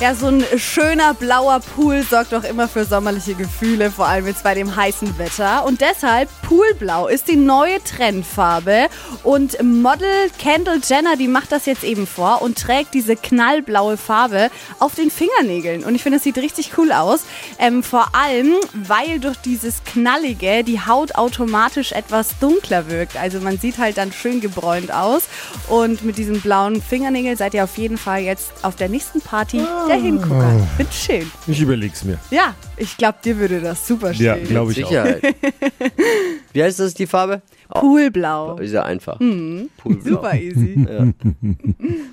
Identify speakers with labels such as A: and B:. A: Ja, so ein schöner blauer Pool sorgt doch immer für sommerliche Gefühle, vor allem jetzt bei dem heißen Wetter. Und deshalb Poolblau ist die neue Trendfarbe. Und Model Kendall Jenner, die macht das jetzt eben vor und trägt diese knallblaue Farbe auf den Fingernägeln. Und ich finde, das sieht richtig cool aus. Ähm, vor allem, weil durch dieses Knallige die Haut automatisch etwas dunkler wirkt. Also man sieht halt dann schön gebräunt aus. Und mit diesem blauen Fingernägel seid ihr auf jeden Fall jetzt auf der nächsten Party der Hingucker. Wird schön.
B: Ich überleg's mir.
A: Ja, ich glaube, dir würde das super stehen.
B: Ja, glaube ich auch.
C: Sicherheit. Wie heißt das, die Farbe?
A: Poolblau.
C: Ist ja einfach. Poolblau.
A: Super easy.
C: Ja.